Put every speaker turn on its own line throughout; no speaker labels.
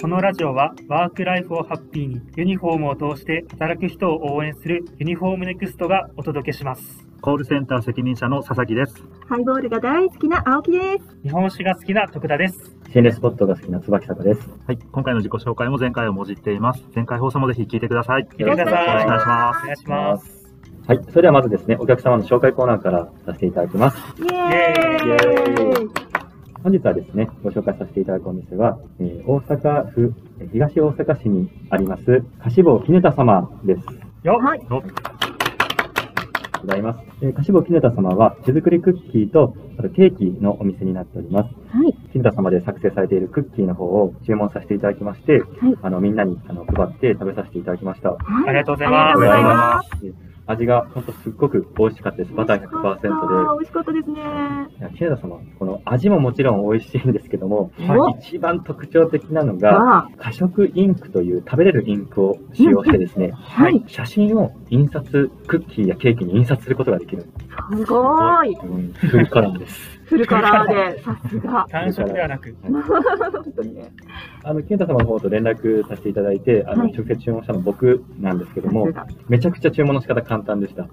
このラジオはワークライフをハッピーにユニフォームを通して働く人を応援するユニフォームネクストがお届けします
コールセンター責任者の佐々木です。
ハイボールが大好きな青木です。
日本酒が好きな徳田です
心霊スポットが好きな椿坂です。
はい、今回の自己紹介も前回をもじっています。前回放送もぜひ聞いてください。
聞いてください
よろしくお願いしま
お
す。
願いします
はい、それではまずですね、お客様の紹介コーナーからさせていただきます。
イエーイ。
本日はですね、ご紹介させていただくお店は、えー大阪府えー東大阪市にあります、菓子坊きねた様です。
よ
はい
ございます。えー菓子坊きねた様は、手作りクッキーと、あとケーキのお店になっております。
はい。
きねた様で作成されているクッキーの方を注文させていただきまして、あのみんなにあの配って食べさせていただきました。。
ありがとうござい
あ
ま
りがとうございます
味が本当すっごく美味しかったです。バター100%で。
美味しかったですね。
いやケイダ様、この味ももちろん美味しいんですけども、
は
一番特徴的なのが、
わあ、
可食インクという食べれるインクを使用してですね、
はい。
写真を印刷、クッキーやケーキに印刷することができる。
すごい。
うん、フルカラーです。
フルカラーで、さすが
す。単色ではなく
本当にね。
あの、ケイダ様の方と連絡させていただいて、あの、
はい
直接注文したの僕なんですけども、
さす
めちゃくちゃ注文の仕方簡単 でした。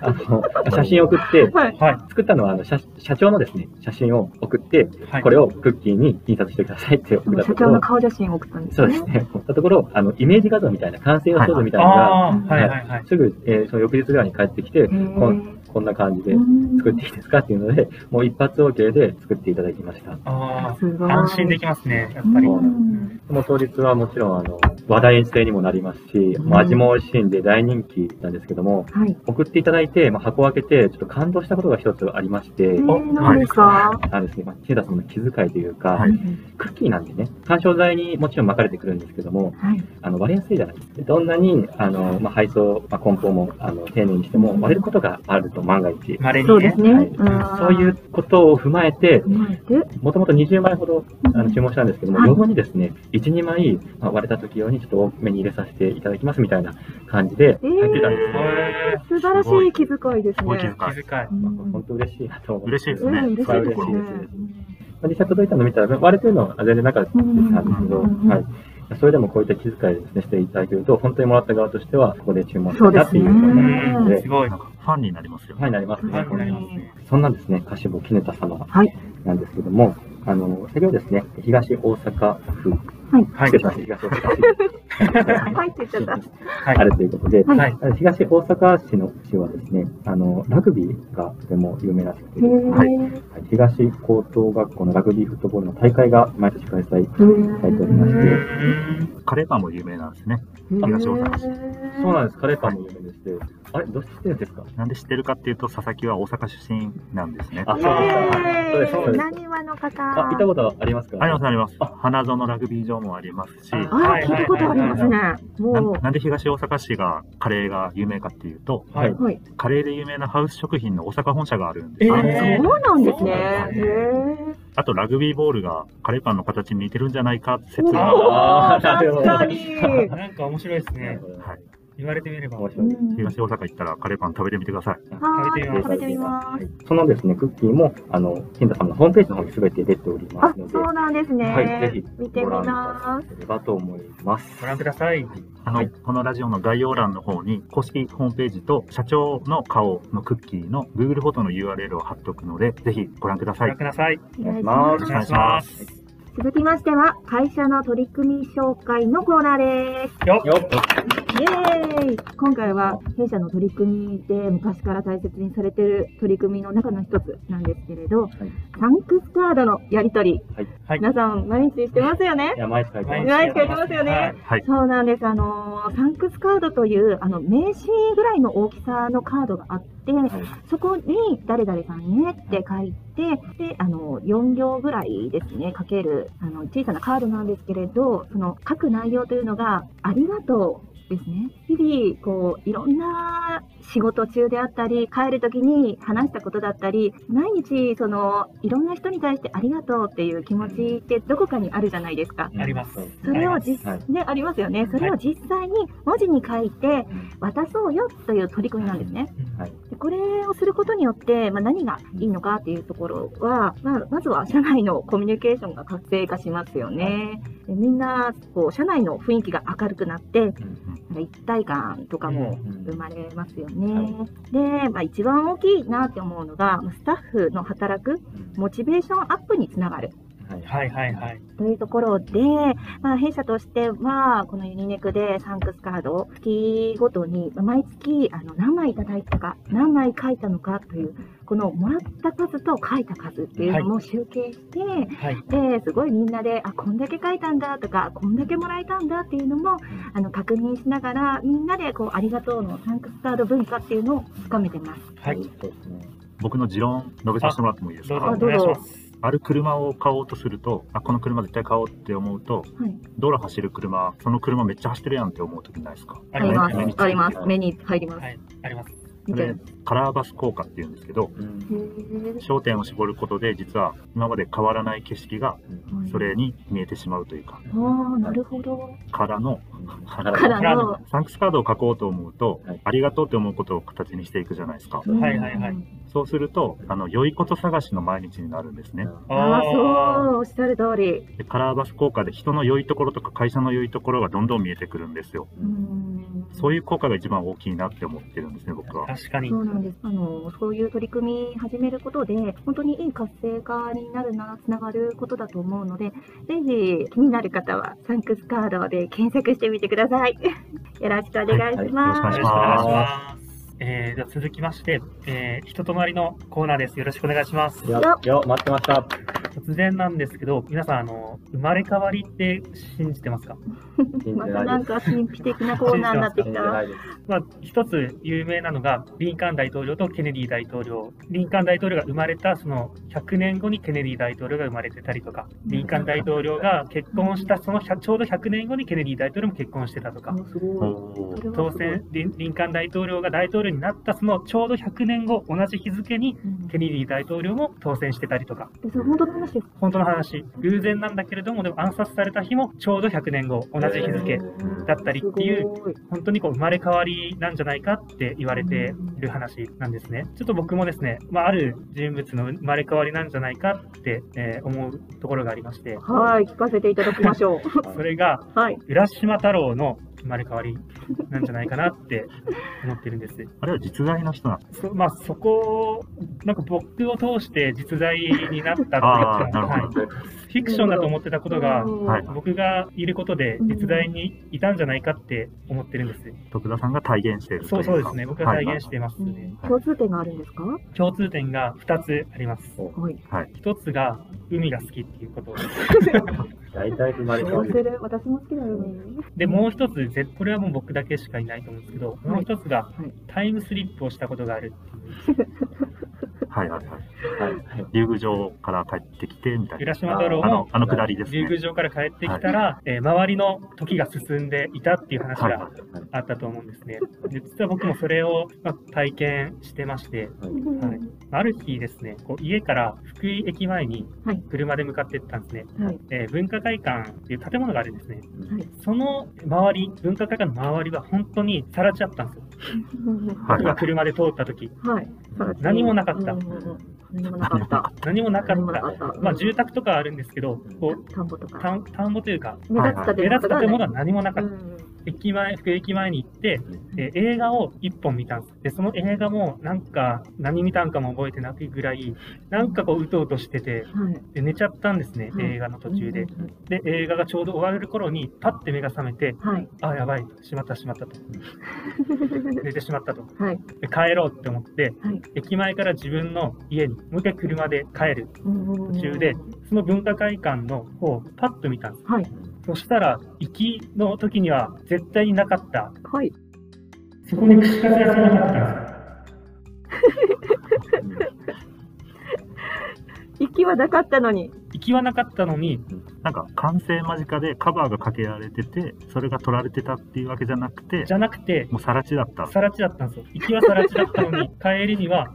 あの、写真を送って、
がはい。
はい
作ったのはあの社社長のですね、写真を送って、
はい
これをクッキーに印刷してくださいって送った
社
とこ
長
ろ
の、顔写真を送ったんです
そう
ね。
ですね。送ったところ、あの、イメージ画像みたいな、完成予想図みたいなのが、
ああーはいはいはい
すぐ、えーその翌日ぐらいに帰ってきて、
へ
こんこんな感じで
ー
作っていいですかっていうので、もう一発 OK で作っていただきました。
あ
すご
あ
い。
安心で
き
きますねやっぱり
うもう当日はもちろん、あの、話題性にもなりますし、
ん
もう味も美味しいんで大人気なんですけども、
はい。
送っていただいて、まあ、箱を開けて、ちょっと感動したことが一つありまして、
えー、何ですか
あのですね、まあ、木田さんの気遣いというか、
は
クッキーなんでね、干渉剤にもちろん巻かれてくるんですけども、
はい。
あの割れやすいじゃないですか。どんなにあの、まあ、配送、まあ、梱包もあの丁寧にしても割れることがあると万が一。
まれ
そ
に
う
ね
ですね。。
はいそういううことを踏まえて、
で、
もともと20枚ほどあの注文したんですけども、
はい
ロゴにですね、1、2枚、まあ、割れた時用にちょっと多めに入れさせていただきますみたいな感じで
え
入ってたんです。
へ
素晴らしい気遣いです
す
ね。
ごい気遣い
ー気遣い
うん
本当嬉しいなと思って。
嬉しいです
う
ね
ん、嬉しい
それは
です
嬉しい
ね
です。まあ実際届いたの見たら、割れてるのは全然なかった
うん
ですけど、
うん
はい。それでもこういった気遣いですね、していただけると、本当にもらった側としては、ここで注文したいなっていう
そうですね
思いがあるの
うん
で、
すごい
なんかファンになりますよ
はい、なりますね。
ファンになります
ね。
そんなですね、歌手部きねた様
はい
なんですけども、あの、先ほどですね、東大阪府、
はい
失礼しました、東大阪市
はいって言っちゃった。
はい
あるということで、
はい
はい
あの東大阪市の市はですね、あの、ラグビーがとても有名なしくてですね、はい
へ
東高等学校のラグビーフットボールの大会が毎年開催
ー
されておりまし
う
て、
ん
カレーパンも有名なんですね。東大阪市
そうなんです、カレーパンも有名でして、あれ、どうしてるんですか
なんで知ってるかっていうと、佐々木は大阪出身なんですね。
あ、
イ
そう
エ
なんです
ーイ
そうですそうです
何話の方
あ、行ったことありますか
ありますあります。花園ラグビー場もありますし、
あ
あ
はい
聞いたことありますね。
な
もう、
なんで東大阪市がカレーが有名かっていうと、
はい
はい
はい。
カレーで有名なハウス食品の大阪本社があるんです、
え
あ、
ー
そうなんですね。へ
え
あとラグビーボールがカレーパンの形に似てるんじゃないか説が
おー
あーなるほ
確
ど
かに。
なんか面白いです
なる
ね
ほど
はい
言われてみれば
面
う
白いです。
ん
東大阪行ったらカレーパン食べてみてください。
は
食べてみま
い、
す
食べてみます。
す。そのですね、クッキーも、あの、金田さんのホームページの方に全て出ておりま
あ
すの、で、
そうなんです
はい、ぜ
ね。
ひ
見てみ
ご覧い
ま
ただければと思います。
ご覧ください
あの、
はい
このラジオの概要欄の方に公式ホームページと社長の顔のクッキーの Google フォトの URL を貼っておくので、ぜひご覧くだ
ご
さい
覧。ください
す。
お願いしま
お
す
願いします
続きましては、会社の取り組み紹介のコーナーです。
よ
よっ
イエーイ今回は弊社の取り組みで昔から大切にされている取り組みの中の一つなんですけれど、サンクスカードのやり取り、
はい
皆さん毎日してますよね
いや、毎日書いて
毎日
ます。
やって
は
はい。
そうなんです。あのーサンクスカードという、あの、名刺ぐらいの大きさのカードがあって、
はい
そこに、誰々さんねって書いて、で、あの、4行ぐらいですね、かける、あの、小さなカードなんですけれど、その、書く内容というのが、ありがとう。ですね、日々こういろんな仕事中であったり帰る時に話したことだったり毎日そのいろんな人に対してありがとうっていう気持ちってどこかにあるじゃないですか。
うん
あります
そう
それを実、
は
ね、ありますよね。それを実際に文字に書いて渡そうよという取り組みなんですね。
はい
でこれをすることによって、まあ、何がいいのかっていうところは、まあ、まずは社内のコミュニケーションが活性化しますよね。でみんなこう社内の雰囲気が明るくなってなんか
うん
一体感とかも生まれますよね。
は
で、まあ、一番大きいなって思うのがまあスタッフの働くモチベーションアップにつながる
はいはいはい。
というところで、まあ、弊社としてはこのユニネクでサンクスカードを月ごとにまあ毎月あの何枚いただいたか何枚書いたのかというこのもらった数と書いた数っていうのも集計して、
はい。
ですごいみんなであこんだけ書いたんだとかこんだけもらえたんだっていうのもあの確認しながらみんなでこうありがとうのサンクスカード文化っていうのを深めてます。
はい。
そうですね。
僕の持論述べさせてもらってもいいです
どうぞ
か
お願いします。
ある車を買おうとするとあこの車絶対買おうって思うと
はい、
道路走る車その車めっちゃ走ってるやんって思う時ないですか
あ
ありま
目に
す、
つく
あります、目に入ります。
はい。あります。
見
そ
て
れ
る
カラーバス効果っていうんですけど
うん
焦点を絞ることで実は今まで変わらない景色が
はい
それに見えてしまうというか
ああ、なるほど。
からの
か
は
らの、
サンクスカードを書こうと思うと、
はい
ありがとうって思うことを形にしていくじゃないですか。
うん
はいはいはい。
そうすると、あの、良いこと探しの毎日になるんですね。
ああ、
ー
そう、おっしゃる通り。
でカラーバス効果で人の良いところとか会社の良いところがどんどん見えてくるんですよ。
うん
そういう効果が一番大きいなって思ってるんですね、僕は。
確かに。
そうなんですあのそういう取り組み始めることで本当にいい活性化になるなつながることだと思うのでぜひ気になる方はサンクスカードで検索してみてください よろしくお願いしま
はいはいよ
す、
ろしくお願い
よろ
し
しくお願いします。えー、では続きまして、えー、人となりのコーナーです。よろしくお願いします。
い。よ、よ、待ってました。
突然なんですけど、皆さん、あの、生まれ変わりって信じてますか
信
ま
じ
た
な
ないん
です。
か神秘的なコーナーになって
信
き
じ
た
ないです。
まあ、一つ有名なのが、リンカーン大統領とケネディ大統領。リンカーン大統領が生まれた、その100年後にケネディ大統領が生まれてたりとか、リンカーン大統領が結婚した、その100ちょうど100年後にケネディ大統領も結婚してたとか、
おすごい
お
そ
ー
れはす
当
ごい
選、リンリンカーン大統領が大統領になった、そのちょうど100年後、同じ日付に
うん
ケネディ大統領も当選してたりとか、
でそれ本当の話です
本当の話、偶然なんだけれども、でも暗殺された日もちょうど100年後、同じ日付。だったりっていう
すごい
本当にこう生まれ変わりなんじゃないかって言われてる話なんですね。ちょっと僕もですね、まあ、ある人物の生まれ変わりなんじゃないかって、えー思うところがありまして、
はい聞かせていただきまし ょう
それが
はい
浦島太郎の生まれ変わりなんじゃないかなって思ってるんです。
あれは実在の人なんです
そまあそこを、なんか僕を通して実在になったっていう
あ
か
あ、、なる
はい
ほど。
フィクションだと思ってたことが
う、ん
はい
僕がいることで実在にいたんじゃないかって思ってるんです。
徳田さんが体現している
そ
といううか
そうですね。僕が体現しています
う
ね。
ん共通点があるんですか
共通点が2つあります。
はい
1つが海が好きっていう こと。
大体生まれ変
共
わ
通
り。
で私も好きだよね
で、もう1つ、ぜこれはもう僕だけしかいないと思うんですけど、もう1つが
い
タイムスリップをしたことがあるっていう。
はいはいはい。
はい。
竜宮城から帰ってきて、みたいな。
浦島太郎
あ
も
の、あの下りです
竜
ね。
宮城から帰ってきたら、えー周りの時が進んでいたっていう話
はい
が
はい。
あったと思うんですね。で実は僕もそれを、まあ体験してまして、はいある日ですね、こう家から福井駅前に
はい
車で向かってったんですね。
はい
えー文化会館っていう建物があるんですね。
はい
その周り、文化会館の周りは本当にさら地だったんですよ。
はい
僕が車で通った時、
はい。
何もなかった
うんうんうん何もなかった。
何もなか
何
っ。
もなかったた。
まあ住宅とかあるんですけど、こう
田んぼとか。
田ん田んぼというか、
目立つ
目立
建物
つ
が
建物
ね。
は何もなか
う
った。
ん
駅前、福井駅前に行って、えー映画を一本見たんです。で、その映画もなんか何見たんかも覚えてなくぐらい、なんかこううとうとしてて、
はい。
で寝ちゃったんですね、
はい
映画の途中で
う。ん
で、映画がちょうど終わる頃に、パッて目が覚めて、
はい。
あ、やばい、しまった、しまったと。寝てしまったと。
はい。
で帰ろうって思って、
はい
駅前から自分の家に、もう一回車で帰る。
途
途中でその文化会館の方をパッと見たんです。
はい。
そしたら、行きの時には絶対になかった。
はい。
そこに串カツ屋さんがなかったんで
息はなかったのに。
す。行きはなかったのに、
なんか完成間近でカバーがかけられてて、それが取られてたっていうわけじゃなくて
じ、ゃなくて、
もう更地だった。
さら地だったんですよ。行きはさら地だったのに、帰りには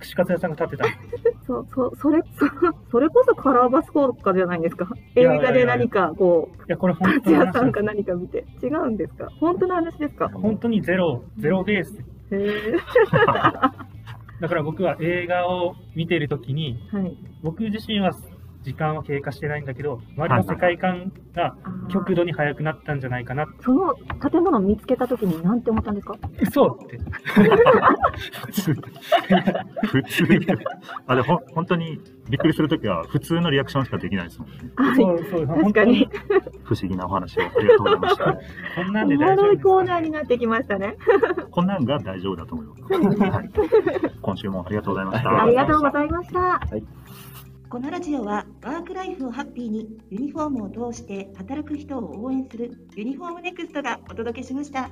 串カツ屋さんが立ってたんです。
そ、そ、それ、そ、それこそカラーバス効果じゃないですか。
い
映
やいやいや
画で何か、こう、
いや、これ本当
達
の
也
話
さ
なんで
んか
す。
何か見て。違うんですか本当の話ですか
本当にゼロ、ゼロベース。
へえ。
だから僕は映画を見てるときに、
はい。
僕自身は時間は経過してないんだけど、周りの世界観が
あー
極度に速くなったんじゃないかな。
その建物を見つけたときに何て思ったんですか
そうって。
普通。普通。あ、でもほん本当にびっくりするときは普通のリアクションしかできないですもんね。
はい
そうそう。
確かに。
不思議なお話をありがとうございました。
本当にこんな
お
んで大丈
も
夫
ろ
で
い
す
コ
か
ー
ね
ナーになってきましたね。
こんなんが大丈夫だと思います。はい、今週もありがとうございました。
ありがとうございました。
このラジオはワークライフをハッピーにユニフォームを通して働く人を応援するユニフォームネクストがお届けしました。